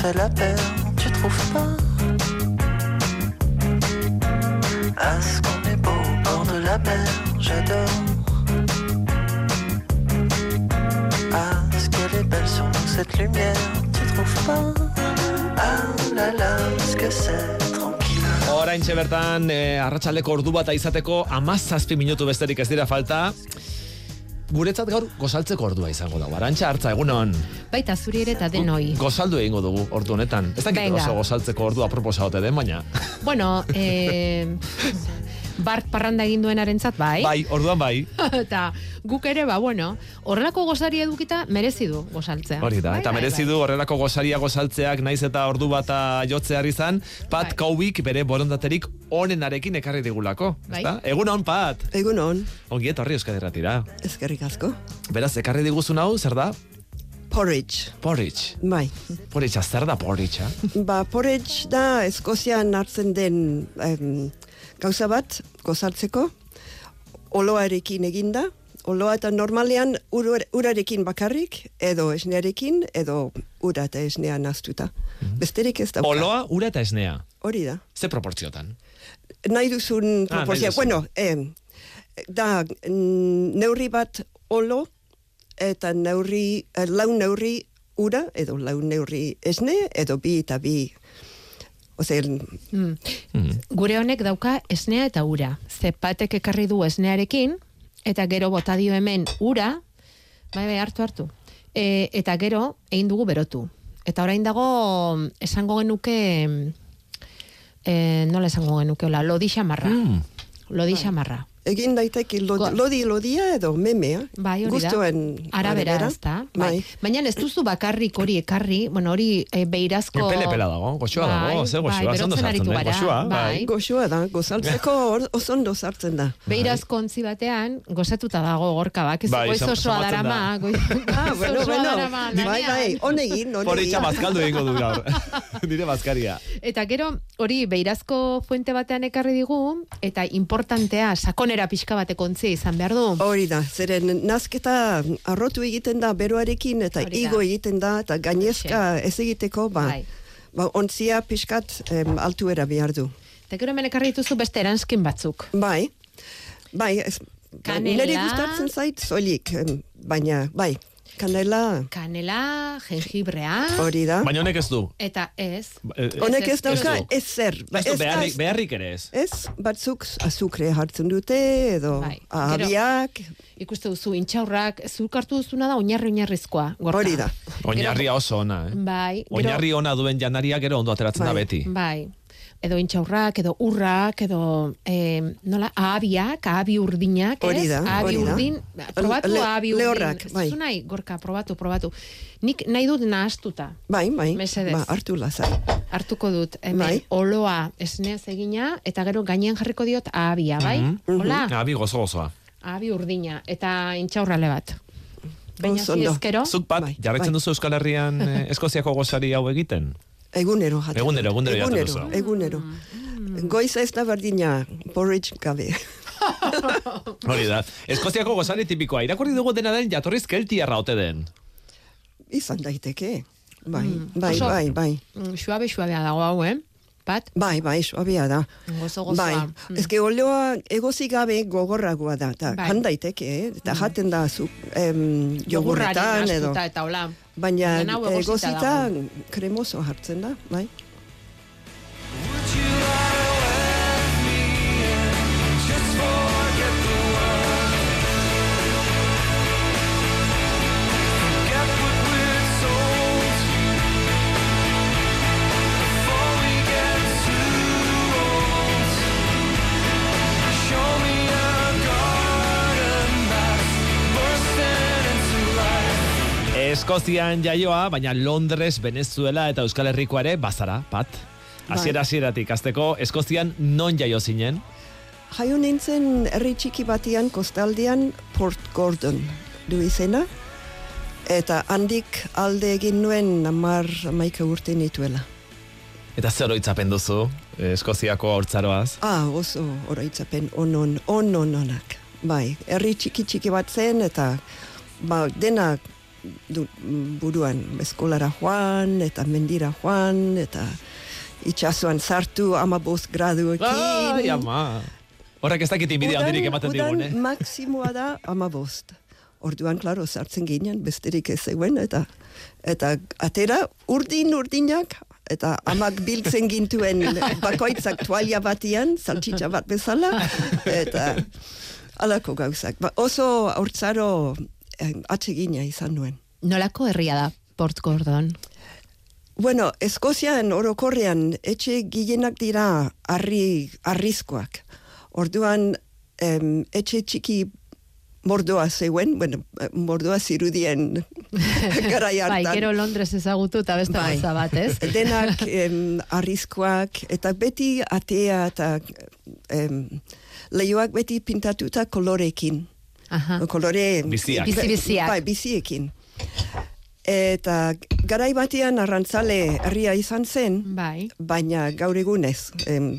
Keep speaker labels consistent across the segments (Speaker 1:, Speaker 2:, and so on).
Speaker 1: serait la peine, tu trouves pas Ah, ce qu'on est beau au bord de la mer, j'adore. Ah, ce qu'elle est belle sur nous, cette lumière, tu trouves pas Ah là là, ce que c'est tranquille.
Speaker 2: Oraintxe bertan, eh, arratsaldeko ordu bat izateko, amazazpi minutu besterik ez dira falta. Guretzat gaur gozaltzeko ordua izango dago. Arantxa hartza, egunon.
Speaker 3: Baita zuri ere eta denoi.
Speaker 2: Gozaldu egingo dugu ordu honetan. Ez dakit
Speaker 3: Venga.
Speaker 2: oso gozaltzeko ordua proposa ote den, baina.
Speaker 3: Bueno, eh, Bart parranda egin duenarentzat bai.
Speaker 2: Bai, orduan bai.
Speaker 3: eta guk ere, ba, bueno, horrelako gozari edukita merezi du gozaltzea.
Speaker 2: Hori da,
Speaker 3: Bai,
Speaker 2: eta
Speaker 3: bai,
Speaker 2: merezi
Speaker 3: bai.
Speaker 2: du horrelako gozaria gozaltzeak naiz eta ordu bata jotzear izan, Pat
Speaker 3: Bai.
Speaker 2: Kaubik bere borondaterik onenarekin ekarri digulako,
Speaker 3: Bai.
Speaker 2: ezta? Egunon, Pat!
Speaker 4: Egun hon,
Speaker 2: Ongi etorri euskaderatira.
Speaker 4: ezkerrik asko.
Speaker 2: Beraz, ekarri diguzun hau, zer da?
Speaker 4: Porridge,
Speaker 2: Porridge.
Speaker 4: bai.
Speaker 2: Porridge, zer da porridge, eh? ha?
Speaker 4: Ba, porridge da Eskozian hartzen den em, gauza bat, gozartzeko, oloarekin eginda, oloa eta normalean ur- urarekin bakarrik, edo esnearekin, edo ura eta esnea naztuta. Besterik ez da.
Speaker 2: Oloa, ura eta esnea.
Speaker 4: Hori da.
Speaker 2: Ze proportziotan?
Speaker 4: Nahi duzun
Speaker 2: Ah, nahi
Speaker 4: proporzia.
Speaker 2: duzun.
Speaker 4: bueno, em, da, mm, neurri bat olo, eta neurri, eh, lau neurri ura, edo lau neurri esne, edo bi eta bi. Ose,
Speaker 3: Mm. Gure honek dauka esnea eta ura. Zepatek ekarri du esnearekin, eta gero bota dio hemen ura, bai, bai, hartu, hartu. E, eta gero, egin dugu berotu. Eta orain dago, mm, esango genuke, e, nola esango genuke, hola, lodi xamarra.
Speaker 2: Mm.
Speaker 3: Lodi xamarra.
Speaker 4: egin daiteke lodi,
Speaker 3: Go-
Speaker 4: lodi lodia edo memea.
Speaker 3: Bai, hori da.
Speaker 4: Gustoen
Speaker 3: arabera, ezta? Bai.
Speaker 4: Bai.
Speaker 3: Baina ez duzu bakarrik hori ekarri, bueno, hori e, beirazko...
Speaker 2: Pele-pela dago, goxoa dago, ze goxoa,
Speaker 3: bai,
Speaker 2: ze ondo
Speaker 3: berotzen
Speaker 2: sartzen
Speaker 3: aritu
Speaker 2: den,
Speaker 3: gara,
Speaker 2: goxoa, bai.
Speaker 3: bai.
Speaker 4: Goxoa da, gozartzeko hor- oso ondo sartzen da.
Speaker 3: Beirazko ontzi batean, gozatuta dago gorka bak, ez
Speaker 2: Bai,
Speaker 3: goiz
Speaker 2: zam-
Speaker 3: osoa
Speaker 2: zamatzen
Speaker 3: darama, goiz
Speaker 4: Ah, bueno,
Speaker 3: osoa
Speaker 4: bueno.
Speaker 3: darama,
Speaker 4: Bai, bai,
Speaker 3: lanean.
Speaker 4: on egin, on
Speaker 2: Porridge
Speaker 4: egin.
Speaker 2: bazkaldu egingo du gaur. Nire bazkaria.
Speaker 3: Eta gero, hori, beirazko fuente batean ekarri digu, eta importantea, sakonera pixka bateko ontzia izan behar du.
Speaker 4: Hori da, zeren nazketa arrotu egiten da beroarekin eta
Speaker 3: Hori da.
Speaker 4: igo egiten da eta gainezka ez egiteko ba,
Speaker 3: Bai.
Speaker 4: ba ontzia pixkat em, altuera behar du.
Speaker 3: Eta gero hemen ekarri dituzu beste eranskin batzuk.
Speaker 4: Bai, bai, ez, ba,
Speaker 3: Kanela.
Speaker 4: niri gustatzen zait soilik, em, baina bai, kanela
Speaker 3: Kanela, jengibrea,
Speaker 4: hori da.
Speaker 2: Baina honek ez du.
Speaker 3: eta ez.
Speaker 2: Eh, eh,
Speaker 4: Ah? Honek ez
Speaker 3: ez
Speaker 4: dauka ba,
Speaker 2: du.
Speaker 4: ez Eh, zer.
Speaker 2: Ez du,
Speaker 4: da-
Speaker 2: beharrik, beharrik ere ez.
Speaker 4: ez, batzuk azukre hartzen dute edo
Speaker 3: Bai, gero-
Speaker 4: abiak,
Speaker 3: Ikuste duzu, intxaurrak, zuk hartu duzuna da oinarri-oinarrizkoa. gorka.
Speaker 4: hori da.
Speaker 2: Oinarria oso ona, eh?
Speaker 3: Bai, gero-
Speaker 2: Oinarri ona duen janaria gero ondo ateratzen da
Speaker 4: Bai.
Speaker 2: beti.
Speaker 3: Bai, edo intxaurrak, edo urrak, edo eh, nola, ahabiak, ahabi urdinak,
Speaker 4: Hori
Speaker 3: ez?
Speaker 4: da,
Speaker 3: Ahabi
Speaker 4: hori da.
Speaker 3: urdin, ba, probatu
Speaker 4: Le-
Speaker 3: ahabi urdin.
Speaker 4: lehorrak,
Speaker 3: Ez
Speaker 4: bai.
Speaker 3: duzu nahi, gorka, probatu, probatu. Nik nahi dut nahastuta,
Speaker 4: Bai, bai,
Speaker 3: Mesedez.
Speaker 4: ba, hartu lazai.
Speaker 3: hartuko dut, hemen,
Speaker 4: Bai.
Speaker 3: oloa esneaz egina, eta gero gainean jarriko diot ahabia, bai?
Speaker 4: Mhm.
Speaker 3: Hola,
Speaker 2: Abi Ah, gozo gozoa.
Speaker 3: ahabi urdina, eta intxaurrale bat. Baina
Speaker 4: Oso
Speaker 3: hasi
Speaker 4: ondo.
Speaker 3: ezkero,
Speaker 2: Zuk bat,
Speaker 4: Bai,
Speaker 2: jarraitzen
Speaker 4: bai.
Speaker 2: duzu Euskal Herrian eh, Eskoziako gozari hau egiten?
Speaker 4: Egunero jaten.
Speaker 2: Egunero, egunero jaten
Speaker 4: egunero,
Speaker 2: duzu.
Speaker 4: egunero.
Speaker 3: Mm.
Speaker 4: Goiz ez da berdina, porridge gabe.
Speaker 2: Hori da. Eskoziako gozari tipikoa. Irakurri dugu dena den jatorriz keltiarra ote den.
Speaker 4: Izan daiteke. Bai, bai,
Speaker 3: Oso-
Speaker 4: bai, bai.
Speaker 3: mm, suabe, suabea dago hau, eh? Bat,
Speaker 4: Bai, bai, suabia da.
Speaker 3: Gozo, gozoa.
Speaker 4: Bai,
Speaker 3: Mm.
Speaker 4: ez que oleoa egozi gabe gogorragoa da. Ta,
Speaker 3: Bai.
Speaker 4: Han daiteke, eh? eta jaten da zu, em,
Speaker 3: jogurraren
Speaker 4: jogurretan edo.
Speaker 3: nahastuta eta hola.
Speaker 4: Baina
Speaker 3: Baina hau egosita
Speaker 4: egozita kremoso hartzen da, bai.
Speaker 2: Eskozian jaioa, baina Londres, Venezuela eta Euskal Herrikoa ere bazara, pat.
Speaker 4: Bai.
Speaker 2: Hasiera hasieratik azteko Eskozian non jaio zinen?
Speaker 4: Jaio nintzen herri txiki batian kostaldean Port Gordon du izena. Eta handik alde egin nuen amar amaika urte nituela.
Speaker 2: Eta zer oroitzapen duzu eh, Eskoziako haurtzaroaz?
Speaker 4: Ah, oso oroitzapen onon, onon onak. Bai, herri txiki txiki bat zen eta ba, dena du, buruan. Eskolara joan, eta mendira joan, eta itxasuan sartu amaboz graduekin.
Speaker 2: Ai, Bai, ama. Horrek ez dakit inbide handirik ematen digun, eh?
Speaker 4: Udan maksimoa da amabost. Orduan, klaro, sartzen ginen, besterik ez zegoen, eta, eta atera urdin urdinak, eta amak biltzen gintuen bakoitzak toalia batian, saltxitxa bat bezala, eta alako gauzak. Ba, oso hortzaro eh, atsegina izan nuen.
Speaker 3: Nolako herria da, Port Gordon?
Speaker 4: Bueno, Eskozian orokorrean etxe gehienak dira arri, arrizkoak. Orduan em, etxe txiki mordoa zegoen, bueno, mordoa zirudien garai
Speaker 3: Bai,
Speaker 4: hartan.
Speaker 3: gero Londres ezagutu eta beste
Speaker 4: Bai.
Speaker 3: gauza bat, ez?
Speaker 4: Denak em, arrizkoak, eta beti atea eta em, leioak beti pintatuta kolorekin.
Speaker 3: Aha.
Speaker 4: Kolore...
Speaker 2: Biziak.
Speaker 3: Bizi-biziak.
Speaker 4: Bai, biziekin. Eta garai batean arrantzale herria izan zen,
Speaker 3: Bai.
Speaker 4: baina gaur egunez em,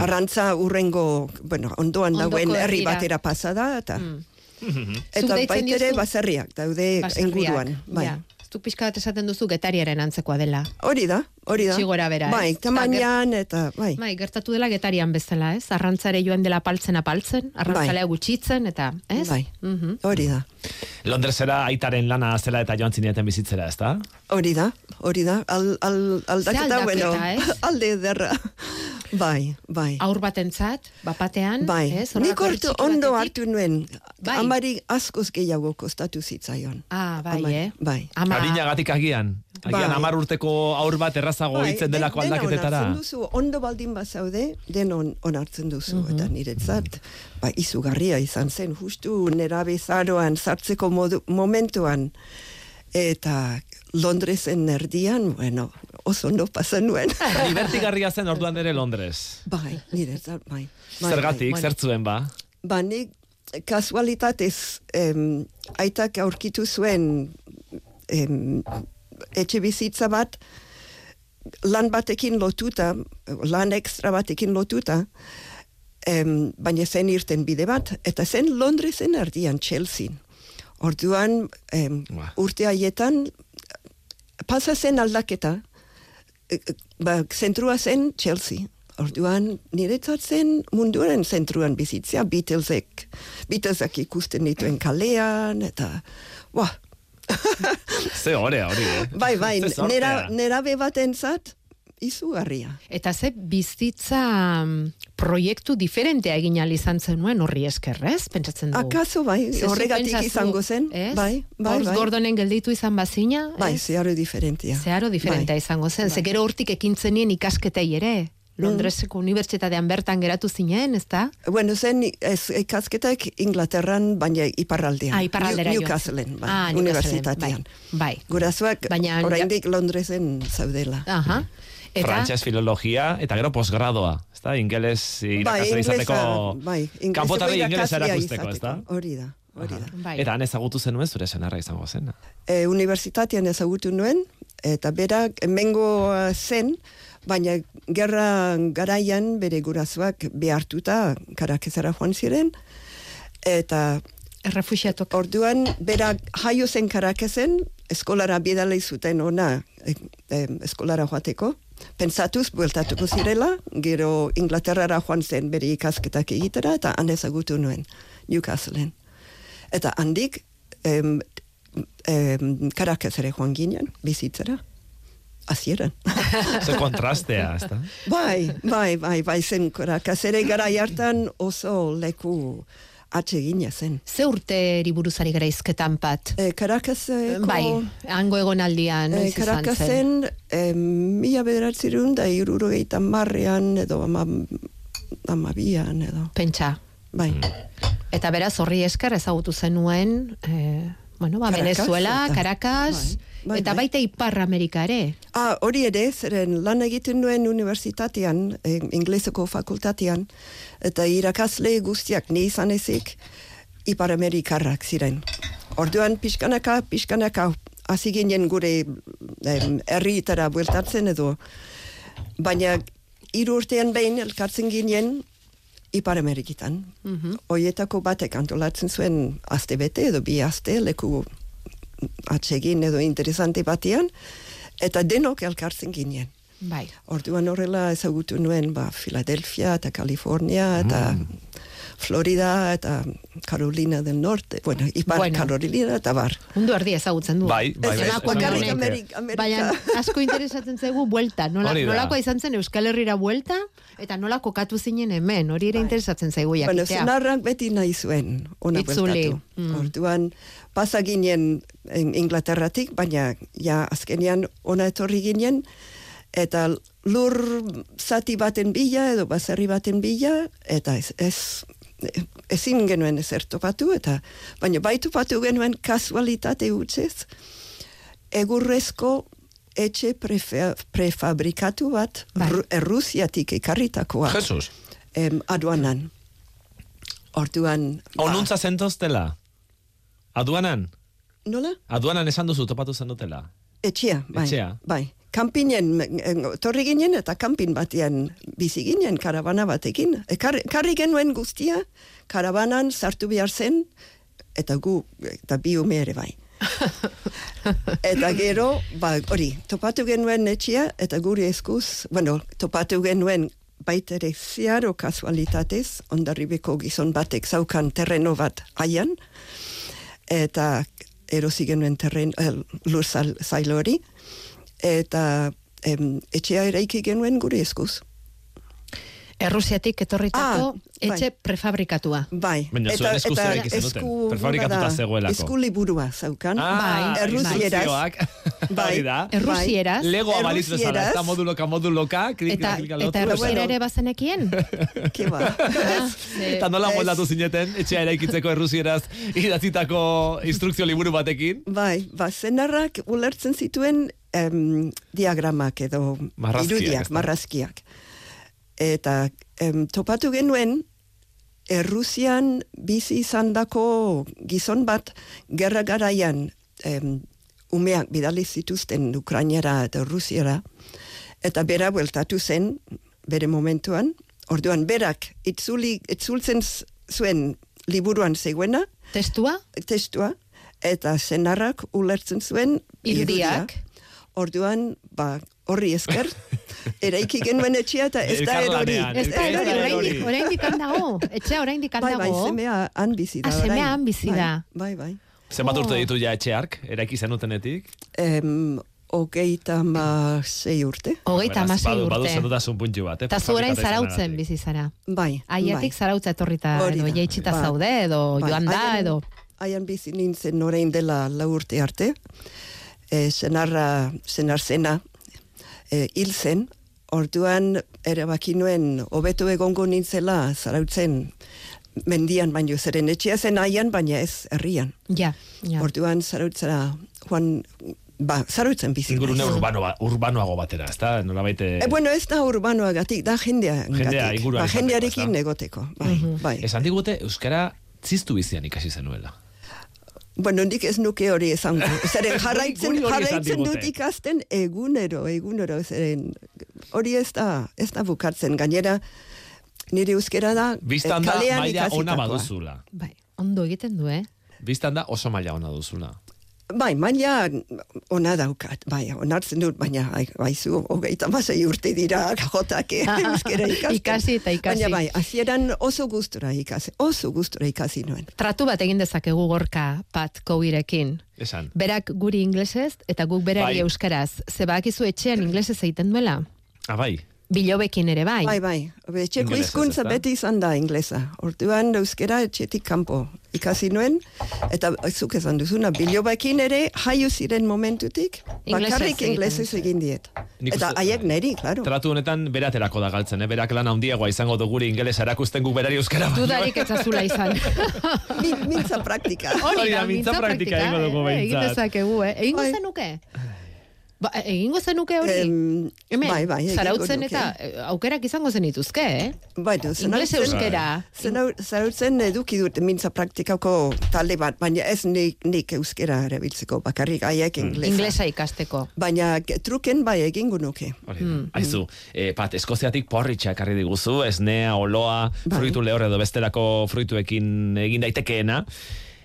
Speaker 4: arrantza urrengo, bueno, ondoan
Speaker 3: Ondoko
Speaker 4: dagoen herri
Speaker 3: herrira.
Speaker 4: batera pasada eta
Speaker 3: Hmm. Mm, Zuk
Speaker 4: eta
Speaker 3: deitzen
Speaker 4: baitere
Speaker 3: diozu?
Speaker 4: baserriak daude
Speaker 3: Baserriak,
Speaker 4: Eh, inguruan, bai.
Speaker 3: ja. Zuk pixka bat esaten duzu getariaren antzekoa dela.
Speaker 4: Hori da, hori da.
Speaker 3: Gutxi gora behera,
Speaker 4: Bai,
Speaker 3: ez?
Speaker 4: tamainan eta bai.
Speaker 3: Bai, gertatu dela getarian bezala, ez? Arrantzare joan dela paltzen apaltzen, arrantzalea gutxitzen, eta, ez?
Speaker 4: Bai.
Speaker 3: Mhm.
Speaker 4: Hori da.
Speaker 2: Londresera aitaren lana zela eta joan zineten bizitzera, ez da?
Speaker 4: Hori da, hori da, al, al, aldaketa,
Speaker 3: aldaketa, eh?
Speaker 4: bueno,
Speaker 3: ez?
Speaker 4: alde ederra. Bai, bai.
Speaker 3: Aur batentzat, bapatean,
Speaker 4: Bai,
Speaker 3: ez? Horrelako
Speaker 4: nik
Speaker 3: herri
Speaker 4: ortu
Speaker 3: txiki
Speaker 4: ondo
Speaker 3: batetik.
Speaker 4: hartu nuen,
Speaker 3: Bai.
Speaker 4: amari askoz gehiago kostatu zitzaion.
Speaker 3: Ah, bai,
Speaker 4: Amari,
Speaker 3: eh?
Speaker 4: Bai.
Speaker 3: Ama,
Speaker 2: Adinagatik agian. Agian
Speaker 4: Bai.
Speaker 2: amar urteko aur bat errazago
Speaker 4: Bai,
Speaker 2: hitzen
Speaker 4: den-
Speaker 2: delako
Speaker 4: dena
Speaker 2: aldaketetara.
Speaker 4: onartzen duzu, ondo baldin bazaude, den on, onartzen duzu, eta niretzat, ba, izugarria izan zen, justu nera bezaroan, sartzeko modu, momentuan, eta Londresen erdian, bueno, oso ondo pasan nuen.
Speaker 2: Libertigarria zen orduan ere Londres.
Speaker 4: bai, niretzat, bai. bai
Speaker 2: Zergatik,
Speaker 3: bai.
Speaker 2: zertzuen ba?
Speaker 4: Ba, nik kasualitatez em, aitak aurkitu zuen em, etxe bizitza bat lan batekin lotuta, lan ekstra batekin lotuta, em, baina zen irten bide bat, eta zen Londresen erdian, Chelsea. Orduan, em,
Speaker 2: Ba.
Speaker 4: urte haietan, pasa zen aldaketa, e, e, ba, zentrua zen Chelsea. Orduan, niretzat zen munduaren zentruan bizitzea, Beatlesek, Beatlesak ikusten dituen kalean, eta, Buah,
Speaker 2: Ze hori, hori, eh?
Speaker 4: bai, bai,
Speaker 2: Ze zortea.
Speaker 4: nera, nera bebaten zat, izugarria.
Speaker 3: Eta ze bizitza mm, proiektu diferentea egin ahal izan zenuen horri eskerrez, pentsatzen dugu.
Speaker 4: Akaso bai,
Speaker 3: Ze zu
Speaker 4: horregatik
Speaker 3: pentsazu,
Speaker 4: izango zen,
Speaker 3: ez?
Speaker 4: bai, bai,
Speaker 3: Hortz
Speaker 4: bai.
Speaker 3: Gordonen gelditu izan bazina,
Speaker 4: Bai,
Speaker 3: ez?
Speaker 4: zeharo diferentia.
Speaker 3: Zeharo diferentea
Speaker 4: Bai. Mm.
Speaker 3: izango zen, ze gero hortik ekintzen nien ikasketei ere. Londreseko unibertsitatean bertan geratu zinen, ez da?
Speaker 4: Bueno, zen ez, ikasketak Inglaterran, baina iparraldean.
Speaker 3: Ah, iparraldera
Speaker 4: New-
Speaker 3: joan zen.
Speaker 4: Newcastleen, bai,
Speaker 3: Ah, Newcastleen,
Speaker 4: unibertsitatean.
Speaker 3: bai, bai.
Speaker 4: Gurasoak
Speaker 3: Baina-
Speaker 4: oraindik Londresen zaudela.
Speaker 2: Ah.
Speaker 3: Aha. Eta,
Speaker 2: Frantses filologia eta gero posgradoa, ezta? Ingeles irakasle
Speaker 4: Bai, inglesa,
Speaker 2: izateko.
Speaker 4: bai, ingleseko
Speaker 2: kanpotarrei ingelesera
Speaker 4: irakaslia
Speaker 2: ikusteko, ezta?
Speaker 4: izateko. Hori da, hori da.
Speaker 3: bai.
Speaker 2: Eta han ezagutu zenuen zure senarra izango zena.
Speaker 4: e, unibertsitatean ezagutu nuen, eta berak hemengo eh, zen, baina gerra garaian bere gurasoak behartuta karakezara joan ziren, eta
Speaker 3: errefuxiatuak.
Speaker 4: orduan berak jaio zen karakezen, eskolara bidalei zuten ona e, eskolara joateko, pentsatuz bueltatuko zirela, gero Inglaterrara joan zen bere ikasketak egitera, eta han ezagutu nuen, Newcastleen. Eta handik, em, em, Caracas ere joan ginen, bizitzera. Azieran.
Speaker 2: Ze kontrastea, ezta?
Speaker 4: bai, bai, bai, bai zen Caracas ere garai hartan oso leku atsegina zen.
Speaker 3: Ze urteri buruz ari gara izketan pat?
Speaker 4: E, Caracaseko...
Speaker 3: bai, hango egonaldian,
Speaker 4: Eh,
Speaker 3: noiz izan zen?
Speaker 4: Karakazen, eh, mila bederatzerun da irurogeita marrean edo ama, amabian edo.
Speaker 3: Pentsa.
Speaker 4: Bai,
Speaker 3: Mm. Eta beraz horri esker ezagutu zenuen, eh, bueno, ba,
Speaker 4: Caracas
Speaker 3: Venezuela,
Speaker 4: eta-
Speaker 3: Caracas,
Speaker 4: Bai, bai,
Speaker 3: eta
Speaker 4: bai.
Speaker 3: baita Ipar Amerika ere.
Speaker 4: Ah, hori ere, zeren lan egiten nuen unibertsitatean, eh, ingleseko fakultatean, eta irakasle guztiak ni izan ezik, Ipar-Amerikarrak ziren. Orduan pixkanaka, pixkanaka, hasi ginen gure em, herrietara bueltatzen edo, baina hiru urtean behin elkartzen ginen Ipar-Amerikitan. Oietako batek antolatzen zuen aste bete edo bi aste leku atsegin edo interesante batian, eta denok elkartzen ginen.
Speaker 3: Bai.
Speaker 4: Orduan horrela ezagutu nuen, ba, Filadelfia eta California eta Florida eta Carolina del Norte, bueno, Ipar
Speaker 3: Bueno.
Speaker 4: Carolina eta bar.
Speaker 3: Mundu erdi ezagutzen du.
Speaker 2: Bai, bai,
Speaker 4: Ez,
Speaker 2: bai,
Speaker 3: Emakume
Speaker 2: esango
Speaker 3: honek.
Speaker 4: bakarrik
Speaker 2: nuke.
Speaker 4: Amerika, Amerika.
Speaker 3: Baina asko interesatzen zaigu buelta, nola,
Speaker 2: Hori da.
Speaker 3: nolakoa izan zen Euskal Herrira buelta, eta nola kokatu zinen hemen, hori ere interesatzen zaigu
Speaker 4: Bai. Bueno,
Speaker 3: jakitea.
Speaker 4: senarrak beti nahi zuen, ona
Speaker 3: Itzuli,
Speaker 4: bueltatu.
Speaker 3: mm.
Speaker 4: Orduan, pasa ginen in- Inglaterratik, baina ja azkenean ona etorri ginen, eta lur zati baten bila, edo baserri baten bila, eta ez, ez ezin genuen ezer topatu, eta baina bai topatu genuen kasualitate hutsez, egurrezko etxe prefe- prefabrikatu bat,
Speaker 3: Bai.
Speaker 4: Ru- Errusiatik ekarritakoa
Speaker 2: Jesus.
Speaker 4: em, aduanan. Orduan... ba,
Speaker 2: Onuntza zentoztela. Aduanan.
Speaker 4: Nola?
Speaker 2: Aduanan esan duzu topatu zenutela.
Speaker 4: Etxea, bai.
Speaker 2: Etxea.
Speaker 4: Bai. Kampinen, em, torri ginen eta kampin batean bizi ginen, karabana batekin. E, kar, karri genuen guztia, karabanan sartu behar zen, eta gu, eta bi ume ere bai. eta gero, ba, hori, topatu genuen etxea, eta gure eskuz, bueno, topatu genuen baitere ziaro kasualitatez, ondarribeko gizon batek zaukan terreno bat aian, eta erosi genuen terren, el, lur zail- zail hori, eta em, etxea eraiki genuen gure eskuz.
Speaker 3: Errusiatik etorritako
Speaker 4: Ah, bai.
Speaker 3: etxe prefabrikatua.
Speaker 4: Bai.
Speaker 2: Baina zuen eskuz eraiki zenuten, prefabrikatuta
Speaker 4: nola da,
Speaker 2: zegoelako.
Speaker 4: Esku liburua zaukan.
Speaker 3: bai,
Speaker 4: errusieraz.
Speaker 2: erruzioak. Ah,
Speaker 4: Bai.
Speaker 2: Hori da.
Speaker 4: Er-
Speaker 3: Errusieraz,
Speaker 2: Legoa baliz
Speaker 4: errusieraz.
Speaker 2: bezala, ez da moduloka, moduloka,
Speaker 3: eta,
Speaker 2: klikra, klikra, lotu,
Speaker 3: eta
Speaker 2: eta-
Speaker 3: errusiera
Speaker 4: Bueno.
Speaker 3: ere bazenekien?
Speaker 4: Ke ba.
Speaker 3: Ah, ze-
Speaker 2: Eta nola
Speaker 4: Ez.
Speaker 2: moldatu zineten, etxea eraikitzeko errusieraz idatzitako instrukzio liburu batekin.
Speaker 4: Bai, ba, zenarrak ulertzen zituen em, diagramak edo
Speaker 2: Marrazkiak,
Speaker 4: irudiak,
Speaker 2: ezta?
Speaker 4: marrazkiak. Eta em, topatu genuen, Errusian bizi izandako gizon bat gerra garaian em, umeak bidali zituzten Ukrainera eta Rusiera, eta bera bueltatu zen bere momentuan, orduan berak itzuli, itzultzen z- zuen liburuan zegoena,
Speaker 3: Testua?
Speaker 4: testua, eta senarrak ulertzen zuen
Speaker 3: Irudiak.
Speaker 4: irudia. Orduan, ba, horri esker, eraiki genuen etxea eta ez da erori.
Speaker 2: Elkarlanean,
Speaker 3: Ez
Speaker 2: Ez
Speaker 3: da,
Speaker 2: da
Speaker 3: erori,
Speaker 2: erori.
Speaker 3: oraindik, oraindik han dago. Etxea oraindik han
Speaker 4: Bai, bai,
Speaker 3: dago.
Speaker 4: semea han bizi da.
Speaker 3: Ah, semea
Speaker 4: orain.
Speaker 3: han bizi da.
Speaker 4: Bai, bai. bai.
Speaker 2: Zenbat
Speaker 3: Oh.
Speaker 2: urte ditu ja etxeark, eraiki zenutenetik?
Speaker 4: Em, hogeita ma sei urte.
Speaker 3: Hogeita
Speaker 2: Beraz,
Speaker 3: hamasei
Speaker 2: badu- Badu
Speaker 3: urte.
Speaker 2: zenutasun puntu bat, eh?
Speaker 3: Eta zu orain
Speaker 2: fabrikatu
Speaker 3: zarautzen
Speaker 2: izanagatik.
Speaker 3: bizi zara.
Speaker 4: Bai,
Speaker 3: Aiatik
Speaker 4: bai.
Speaker 3: zarautza etorrita
Speaker 4: Hori
Speaker 3: edo
Speaker 4: da.
Speaker 3: jaitsita
Speaker 4: Ba.
Speaker 3: zaude edo
Speaker 4: Bai,
Speaker 3: joan da
Speaker 4: haian-
Speaker 3: edo
Speaker 4: Haian bizi nintzen orain dela lau urte arte. E, senarra, senar zena e, hil zen. Orduan erabaki nuen hobetu egongo nintzela zarautzen mendian baino zeren etxea zen haian baina ez herrian.
Speaker 3: ja, ja.
Speaker 4: Orduan zarautzera joan ba, zarautzen bizi.
Speaker 2: Ingurune
Speaker 4: naiz.
Speaker 2: urbano, ba- urbanoago batera, eh, ez da? Nola baite...
Speaker 3: Eh,
Speaker 4: E, bueno, ez da urbanoagatik, da jendea,
Speaker 2: Jendea inguruan
Speaker 4: ba,
Speaker 2: izateko,
Speaker 4: jendearekin
Speaker 2: ezta?
Speaker 4: egoteko. Bai,
Speaker 3: Mhm.
Speaker 4: bai.
Speaker 2: Esan digute, Euskara ziztu bizian ikasi zenuela.
Speaker 4: Bueno, nik ez nuke hori esango. Zeren jarraitzen,
Speaker 2: Guri hori esan
Speaker 4: jarraitzen
Speaker 2: digute.
Speaker 4: dut ikasten egunero, egunero. Zeren hori ez da, ez da bukatzen. Gainera, nire euskera da, eh,
Speaker 2: Bistan da,
Speaker 4: kalean
Speaker 2: maila ona
Speaker 4: ikasitakoa.
Speaker 2: baduzula.
Speaker 3: Bai, ondo egiten du, eh?
Speaker 2: Bistan da, oso maila ona duzula.
Speaker 4: Bai, maila ona daukat, bai, onartzen dut, baina ai- baizu, hogeita masai urte dira jotak eh, euskera ikasten.
Speaker 3: Ikasi eta ikasi.
Speaker 4: Baina bai, hasieran oso gustura ikasi, oso gustura ikasi nuen.
Speaker 3: Tratu bat egin dezakegu gorka pat kobirekin.
Speaker 2: Esan.
Speaker 3: Berak guri inglesez eta guk berari
Speaker 2: Bai.
Speaker 3: euskaraz. Ze badakizu etxean inglesez egiten duela?
Speaker 2: Ah, bai.
Speaker 3: Bilobekin ere bai.
Speaker 4: Bai, bai. Etxeko
Speaker 2: Ingelesez,
Speaker 4: hizkuntza
Speaker 2: ezta?
Speaker 4: beti izan da inglesa. Orduan euskera etxetik kanpo ikasi nuen eta zuk esan duzuna bilobakin ere jaio ziren momentutik
Speaker 3: Inglesez
Speaker 4: bakarrik
Speaker 3: egiten
Speaker 4: inglesez
Speaker 3: duzu.
Speaker 4: egin diet.
Speaker 2: Nik
Speaker 4: Eta
Speaker 2: uste-
Speaker 4: haiek neri, claro.
Speaker 2: Tratu honetan beraterako da galtzen, eh? berak lan handiagoa izango du gure ingeles erakusten guk berari euskara baino.
Speaker 3: Dudarik ez azula izan.
Speaker 4: Min- Mintza praktika.
Speaker 2: Hori da, mintza praktika egingo dugu
Speaker 3: eh? Egin
Speaker 2: behintzat.
Speaker 3: dezakegu, eh? Egingo
Speaker 4: Bai.
Speaker 3: zenuke? Ba, egingo zenuke hori?
Speaker 4: Em,
Speaker 3: Hemen,
Speaker 4: bai, bai, egingo
Speaker 3: zarautzen
Speaker 4: nuke.
Speaker 3: eta eh, aukerak izango zenituzke, eh?
Speaker 4: Bueno,
Speaker 3: Inglés euskera.
Speaker 4: Zarautzen eduki dut mintza praktikako talde bat, baina ez nik, nik euskera erabiltzeko bakarrik haiek
Speaker 2: Hmm.
Speaker 4: inglesa.
Speaker 3: Inglesa ikasteko.
Speaker 4: Baina ge- truken bai egingo nuke.
Speaker 2: Hori da.
Speaker 4: hmm.
Speaker 2: Aizu, eh, pat, eskoziatik porritxa ekarri diguzu,
Speaker 4: Bai.
Speaker 2: esnea, oloa, fruitu lehor edo bestelako fruituekin egin daitekeena.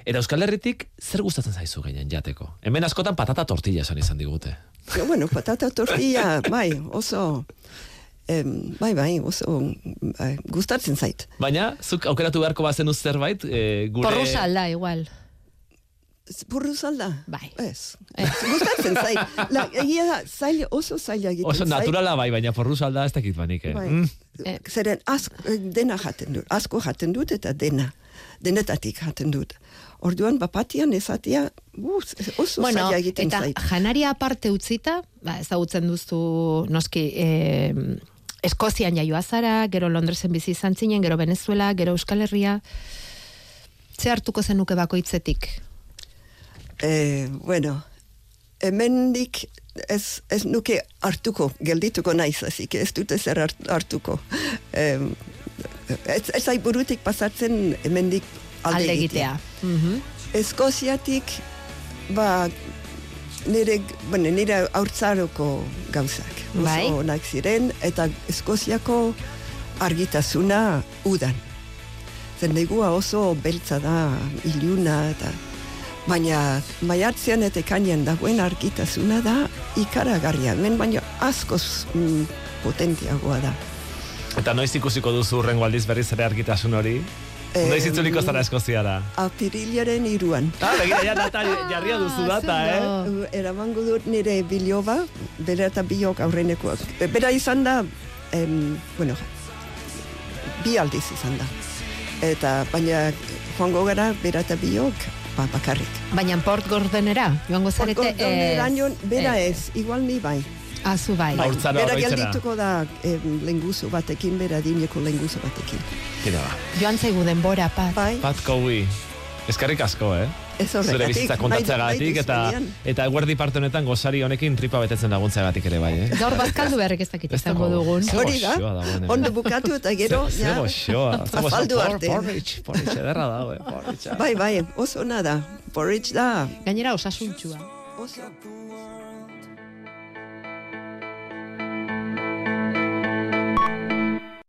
Speaker 2: Eta Euskal Herritik, zer gustatzen zaizu gehien jateko? Hemen askotan patata tortilla esan izan digute.
Speaker 4: Ja, bueno, patata tortilla, bai, oso... Em, bai, bai, oso bai, gustatzen zait.
Speaker 2: Baina, zuk aukeratu beharko bazen zerbait, e, gure...
Speaker 3: Porrusa alda, igual.
Speaker 4: Burru zalda?
Speaker 3: Bai.
Speaker 4: Ez. Gustatzen zait. La, egia da, zaila, oso zaila egiten
Speaker 2: Oso naturala bai, baina porrusa alda ez dakit banik. Eh?
Speaker 4: Bai.
Speaker 2: Mm.
Speaker 3: Eh.
Speaker 4: Zeren, ask, dena jaten dut. Asko jaten dut eta dena. Denetatik jaten dut. Orduan, bapatian ezatia, buz, oso
Speaker 3: Bueno,
Speaker 4: zaila egiten
Speaker 3: eta
Speaker 4: zait.
Speaker 3: janaria aparte utzita, ba, ezagutzen duzu noski eh, Eskozian jaioa zara, gero Londresen bizi izan zinen, gero Venezuela, gero Euskal Herria. Ze hartuko zenuke bakoitzetik?
Speaker 4: Eh, bueno, hemendik ez, ez nuke hartuko, geldituko naiz, hasik ez dut ezer hart- hartuko. Eh, ez, ez zait burutik pasatzen hemendik alde,
Speaker 3: Alde egitea. Mhm.
Speaker 4: Eskoziatik, ba, nire, bueno, nire haurtzaroko gauzak. Oso
Speaker 3: Bai.
Speaker 4: onak ziren, eta Eskoziako argitasuna udan. Zen negua oso beltza da, iluna, eta baina maiatzean eta ekainean dagoen argitasuna da ikaragarria, hemen baina askoz mm, potentiagoa da.
Speaker 2: Eta noiz ikusiko duzu urrengo aldiz berriz ere argitasun hori?
Speaker 4: Em,
Speaker 2: noiz itzuliko zara Eskoziara?
Speaker 4: Apirilaren iruan.
Speaker 2: Ah, begira, ja data, jarria duzu data,
Speaker 3: Ah,
Speaker 2: eh?
Speaker 3: ondo.
Speaker 4: Eramango dut nire biloba, bera eta biok aurrenekoak. Bera izan da, em, bueno, bi aldiz izan da. Eta baina joango gara bera eta biok, ba, bakarrik.
Speaker 3: Baina Port Gordonera, joango zarete... eh.
Speaker 4: Gordoneraino, bera ez, igual ni bai.
Speaker 3: Azu bai.
Speaker 2: Bai. Haurtzaro
Speaker 4: Bera
Speaker 2: oroitzera.
Speaker 4: geldituko da em, lenguzu batekin, bera dineko lenguzu batekin.
Speaker 2: Tira ba.
Speaker 3: Joan zaigu denbora, pat.
Speaker 4: Bai,
Speaker 2: Pat Cowie. Eskerrik asko, eh?
Speaker 4: ez
Speaker 2: Ba, Zure
Speaker 4: horregatik. bai,
Speaker 2: bizitza
Speaker 4: nahi- nahi
Speaker 2: kontatzeagatik eta
Speaker 4: duzunean.
Speaker 2: eta eguerdi parte honetan gozari honekin tripa betetzen laguntzagatik ere bai, eh?
Speaker 3: Gaur bazkaldu beharrek ez dakit
Speaker 2: Ez
Speaker 3: izango
Speaker 2: dago.
Speaker 3: dugun.
Speaker 2: Ze
Speaker 4: Hori da,
Speaker 2: goxoa dagoen hemen.
Speaker 4: ondo bukatu eta gero,
Speaker 2: Ze- Ze
Speaker 4: ja,
Speaker 2: goxoa. Ze goxoa.
Speaker 4: Afaldu
Speaker 2: Por-
Speaker 4: arte.
Speaker 2: Porridge, porridge, ederra dago, eh? Porridge.
Speaker 4: Bai, bai, oso ona da. Porridge da.
Speaker 3: Gainera osasuntxua.
Speaker 4: Oso.